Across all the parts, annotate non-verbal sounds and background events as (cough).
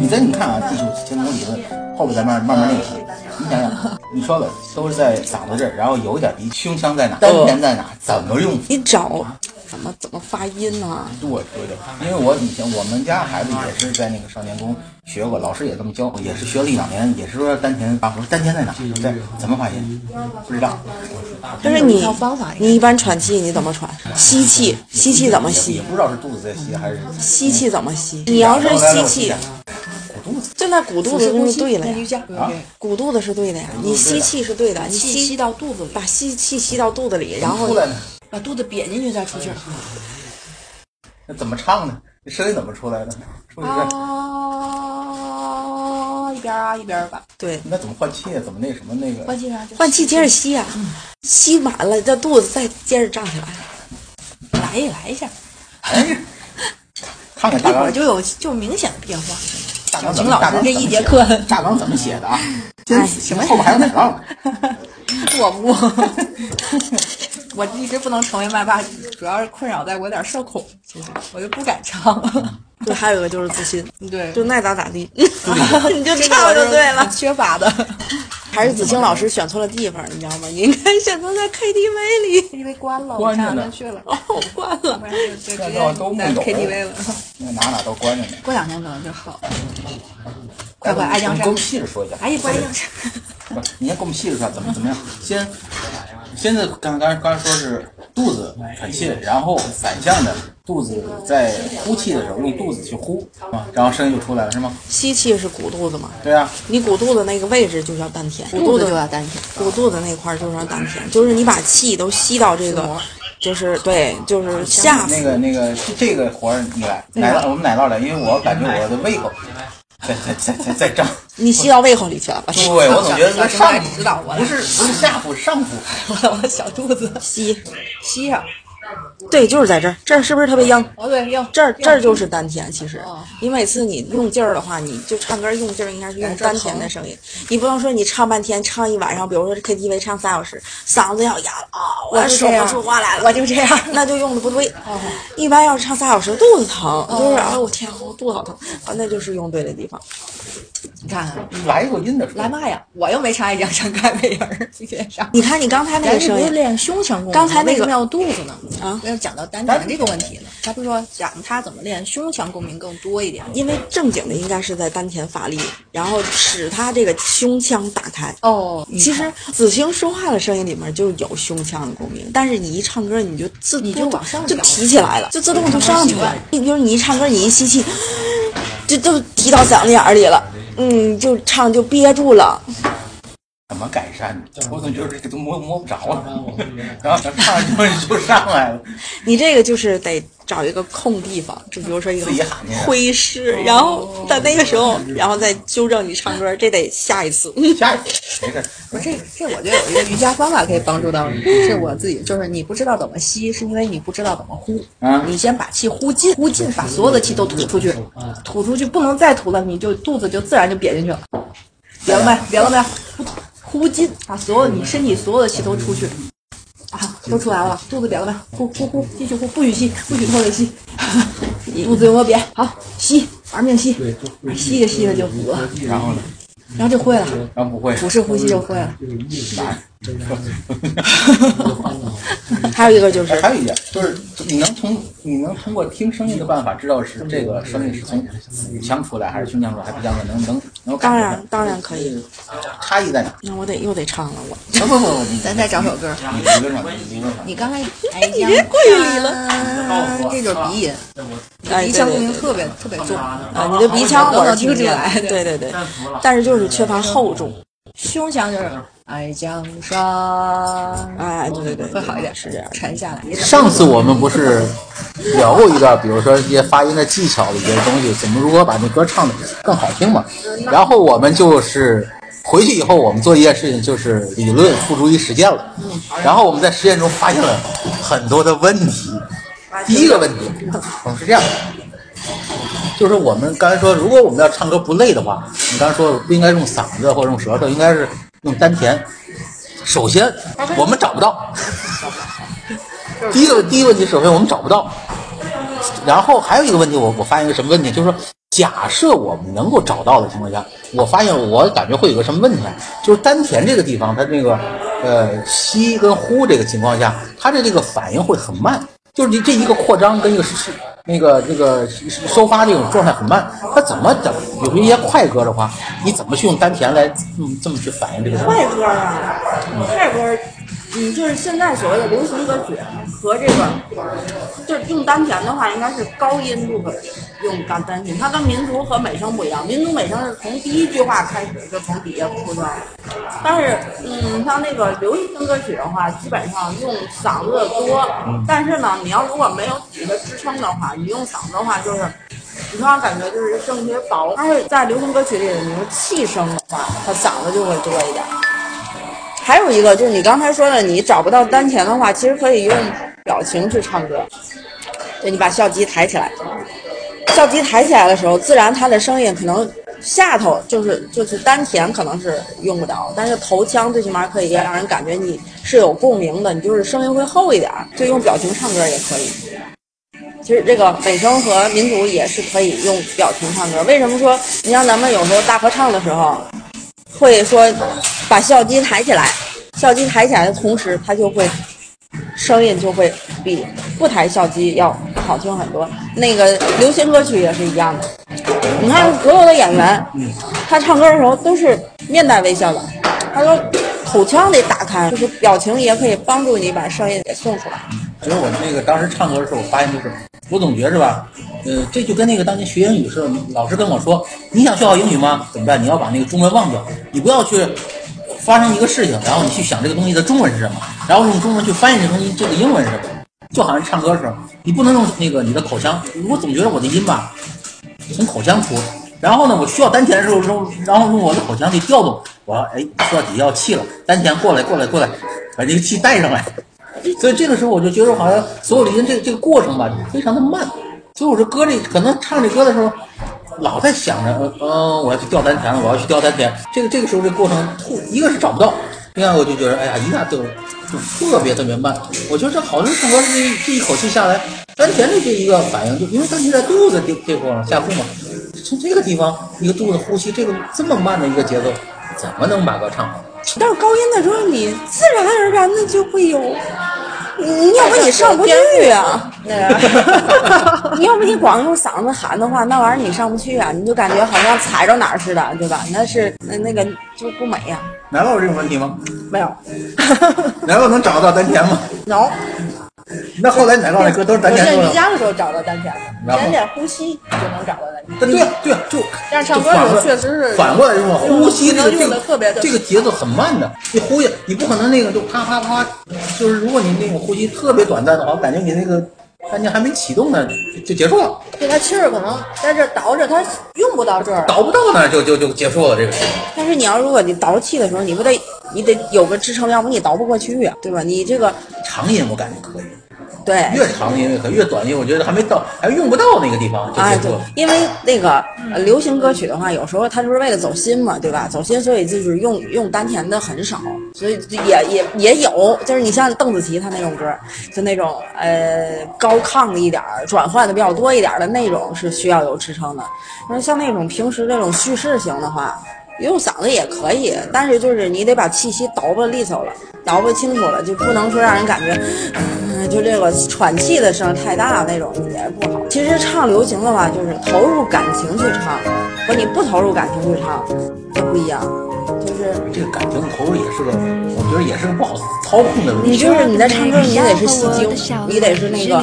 你这你看啊，地球天空理论后边咱慢慢慢那个，你想想，你说吧，都是在嗓子这儿，然后有一点鼻，胸腔在哪，丹田在哪，怎么用？你找怎么怎么发音呢、啊对对对，因为我以前我们家孩子也是在那个少年宫学过，老师也这么教，也是学了一两年，也是说丹田发活，丹田在哪，在怎么发音，不知道，就是你你一般喘气你怎么喘？吸气，吸气怎么也吸？不知道是肚子在吸还是。吸气怎么吸？你要是吸气，鼓肚子，就那鼓肚子就是对了呀，啊鼓肚子是对的呀。你吸气是对的，你气吸吸到肚子里，把吸气吸到肚子里，然后出来呢，把肚子瘪进去再出气儿。那怎么唱呢？这声音怎么出来的？出去这，啊，一边儿啊一边儿吧，对那怎么换气啊？怎么那什么那个？关系上就换气接着吸呀、啊吸满了这肚子再接着胀起来。来一来一下，看看一大会纲儿，就有就明显的变化。大小纲怎么晴老大纲师这怎么一写节的课，大纲怎么写的 (laughs) 啊？真行，后边还有奶酪呢。我不，我一直不能成为麦霸，主要是困扰在我有点社恐，我就不敢唱。对，还有一个就是自信，对，就爱咋咋地， (laughs) 你就唱就对了。缺乏的。还是子清老师选错了地方，你知道吗？你应该 (laughs) 选择在 KTV (laughs) 里。因为关了，关我着呢上哪去了？哦我关了不。然就直接在那我都不懂 KTV 了。那哪哪都关 (laughs) 着呢。过两天可能就好了。快快，爱江哎跟我们！山细致说一下。哎呀，不爱江山！不是，你先跟我们细致说怎么怎 (laughs) 么样。先，先是刚刚刚才说是肚子喘气，然后反向的肚子在呼气的时候用肚子去呼啊，然后声音就出来了，是吗？吸气是鼓肚子嘛，对啊，你鼓肚子那个位置就叫丹田，鼓肚子丹田。鼓肚子那块儿就叫丹田，就是你把气都吸到这个，就是对，就是下腹那个那个这这个活儿你来，奶酪我们奶酪来，因为我感觉我的胃口在在在在在胀。你吸到胃口里去了，把气对，我总觉小得 (laughs) 熊上也知道我不是不是下腹上腹，我的小肚子吸，吸上，对，就是在这儿，这儿是不是特别硬？哦对，要哦这儿这儿就是丹田，其实你每次你用劲儿的话，你就唱歌用劲儿应该是用丹田的声音，你不能说你唱半天，唱一晚上，比如说 KTV 唱三小时，嗓子要哑了啊，我就说这不样哦出话来了，我就这样那就用的不对。一般要是唱三小时，肚子疼，哦就是啊，我天，我肚子好疼，啊，那就是用对的地方。你看看，来一口音的出来嘛呀，我又没唱一江山盖美人儿，今天上。你看你刚才那个咱是声不是音，练胸腔功能？刚才那个为什么要肚子呢？啊要讲到丹田这个问题呢，他不是说讲他怎么练胸腔共鸣更多一点？因为正经的应该是在丹田发力，然后使他这个胸腔打开。哦，其实子清说话的声音里面就有胸腔的共鸣，但是你一唱歌，你就自你就往上就调提起来了，就自动就上去了。你比如你一唱歌，你一吸气，就就提到嗓子眼儿里了，嗯，就唱就憋住了。怎么改善？我总觉得这个都摸摸不着了， (laughs) 然后唱上去就上来了，你这个就是得找一个空地方，就比如说一个自己喊去灰室，然后在那个时候，然后再纠正你唱歌，这得下一次。下一次没事儿。不是这这，我觉得有一个瑜伽方法可以帮助到你。这我自己就是你不知道怎么吸，是因为你不知道怎么呼。啊你先把气呼尽，呼尽，把所有的气都吐出去，吐出去不能再吐了，你就肚子就自然就瘪进去了。别了没？别了没？呼呼尽，把所有你身体所有的气都出去。啊，都出来了，肚子瘪了没？呼呼呼，继续呼，不许吸，不许拖累吸， (laughs) 肚子有没有瘪？好，吸，玩命吸，哎吸着吸着就呼了，然后呢？然后就会了，然后不会，腹式呼吸就会了。还有一个就是还有一点就是，你能从你能通过听声音的办法知道是这个声音是从嗯腹腔出来还是胸腔出来，还是鼻腔出来，能能能感当觉然当然可以，到差异在哪？那我得又得唱了我。不不不，你咱再找首歌。你理论上理论上你刚才哎，你别过于理了这就是鼻音，哎，鼻对腔对共鸣对特别特别重。啊，你的鼻腔我是听见我能听出来对对对，但是就是缺乏厚重。胸腔就是爱江山，哎，对对对，会好一点，是这样的。沉下来。上次我们不是聊过一段，比如说一些发音的技巧的一些东西，怎么如何把那歌唱的更好听嘛？然后我们就是回去以后，我们做一件事情，就是理论付诸于实践了。然后我们在实践中发现了很多的问题。第一个问题，我们是这样的，就是我们刚才说，如果我们要唱歌不累的话，你刚才说不应该用嗓子或者用舌头，应该是用丹田。首先，我们找不到。 (laughs) 第一个第一个问题，首先我们找不到。然后还有一个问题，我我发现一个什么问题，就是说，假设我们能够找到的情况下，我发现我感觉会有个什么问题啊？就是丹田这个地方，它那个呃吸跟呼这个情况下，它的这个反应会很慢，就是你这一个扩张跟一个是那个那个收发这种状态很慢，它怎么怎么有一些快歌的话，你怎么去用丹田来嗯这么去反应这个东西？快歌啊，快歌，嗯，就是现在所谓的流行歌曲和这个，就是用丹田的话，应该是高音部分用丹丹田。它跟民族和美声不一样，民族美声是从第一句话开始就从底下铺出来，但是嗯，像那个流行歌曲的话，基本上用嗓子的多，但是呢，你要如果没有底下支撑的话，你用嗓子的话就是。你突然感觉就是声特别薄，但是在流行歌曲里，你说气声的话，它嗓子就会多一点。还有一个就是你刚才说的，你找不到丹田的话，其实可以用表情去唱歌。对，你把笑肌抬起来，笑肌抬起来的时候，自然它的声音可能下头就是就是丹田可能是用不着，但是头腔最起码可以让人感觉你是有共鸣的，你就是声音会厚一点儿。就用表情唱歌也可以。其实这个美声和民族也是可以用表情唱歌。为什么说你像咱们有时候大合唱的时候，会说把笑肌抬起来，笑肌抬起来的同时，它就会声音就会比不抬笑肌要好听很多。那个流行歌曲也是一样的，你看所有的演员，他唱歌的时候都是面带微笑的，他说口腔得打开，就是表情也可以帮助你把声音给送出来。所以我那个当时唱歌的时候，我发现就是，我总觉是吧，呃，这就跟那个当年学英语似的，老师跟我说，你想学好英语吗？怎么办？你要把那个中文忘掉，你不要去发生一个事情，然后你去想这个东西的中文是什么，然后用中文去翻译这东西这个英文是什么。就好像唱歌的时候，你不能用那个你的口腔，我总觉得我的音吧从口腔出，然后呢，我需要丹田的时候，然后用我的口腔去调动，我要哎说到底下要气了，丹田过来过来过来，把这个气带上来。所以这个时候我就觉得好像所有的音这这个过程吧，非常的慢。所以我说歌这可能唱这歌的时候，老在想着，嗯、呃，我要去调丹田了，我要去调丹田。这个这个时候这过程，突一个是找不到，另外我就觉得，哎呀，一下就就特别特别慢。我觉得这好像唱歌这一这一口气下来，丹田的这一个反应，就因为丹田在肚子这这块往下腹嘛，从这个地方一个肚子呼吸，这个这么慢的一个节奏，怎么能把歌唱好？但是高音的时候，你自然而然的就会有，嗯你要不你上不去啊， (laughs) (laughs) 你要不你光用嗓子喊的话，那玩意儿你上不去啊，你就感觉好像踩着哪儿似的，对吧？那是那那个就不美啊呀、 (laughs) 难道有这种问题吗？ (laughs) 没有难道能找到丹田吗？ ，no，那后来奶酪那歌都是丹我田是做瑜的。伽的时候找到丹田的，然后人得呼吸就能找到丹田。但对呀对呀，啊就嗯但是唱歌就反过的时候来确实是反过来用呼吸这个用这得个特别的这个节奏很慢的，你呼吸你不可能那个就啪啪啪，就是如果你那种呼吸特别短暂的话，我感觉你那个丹田还没启动呢就就结束了，对他气儿可能在这倒着，他用不到这儿。倒不到那儿就就就结束了这个事情。但是你要如果你倒气的时候，你不得你得有个支撑，要不你倒不过去呀、对吧？你这个长音我感觉可以，对，越长音越可以，越短音我觉得还没到，还用不到那个地方就哎，结对束了。，因为那个呃流行歌曲的话，有时候它就是为了走心嘛，对吧？走心，所以就是用用丹田的很少，所以也也也有，就是你像邓紫棋她那种歌，就那种呃高亢的一点儿，转换的比较多一点儿的那种是需要有支撑的。那像那种平时那种叙事型的话，用嗓子也可以，但是就是你得把气息倒饬利索了，倒饬清楚了，就不能说让人感觉，嗯，就这个喘气的声太大那种也不好。其实唱流行的话，就是投入感情去唱，和你不投入感情去唱，这不一样，就是这个感情的口吻也是个，我觉得也是个不好操控的问题。你就是你在唱歌，你得是戏精，你得是那个，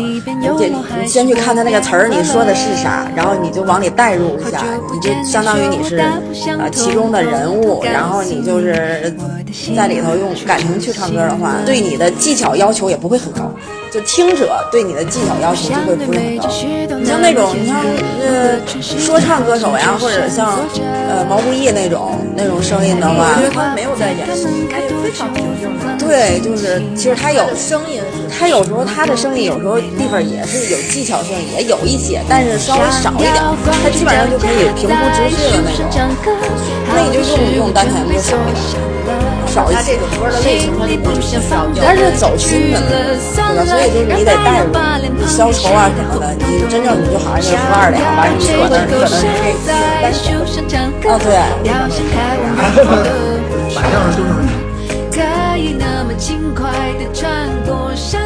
得你先去看他那个词儿，你说的是啥，然后你就往里代入一下，你就相当于你是呃其中的人物，然后你就是在里头用感情去唱歌的话，对你的技巧要求也不会很高，就听者对你的技巧要求就会不是很高。你像那种，你像呃说唱歌手呀，或者像呃毛不易那种那种声音的话，因为他没有在演戏，他也非常平静的。对，就是其实他有声音，他有时候他的声音有时候地方也是有技巧性，也有一些，但是稍微少一点，他基本上就可以平铺直叙的那种。那你就用用单弹就少一点，少一他这些。种歌的类型，他就不是像小调。但是走心的，对吧？所以就是你得带入， (laughs) 你消愁啊什么的，你真正你就好像是富二代，完了你可能你可能是这个，但是啊对，反正就是可以那么轻快的穿过山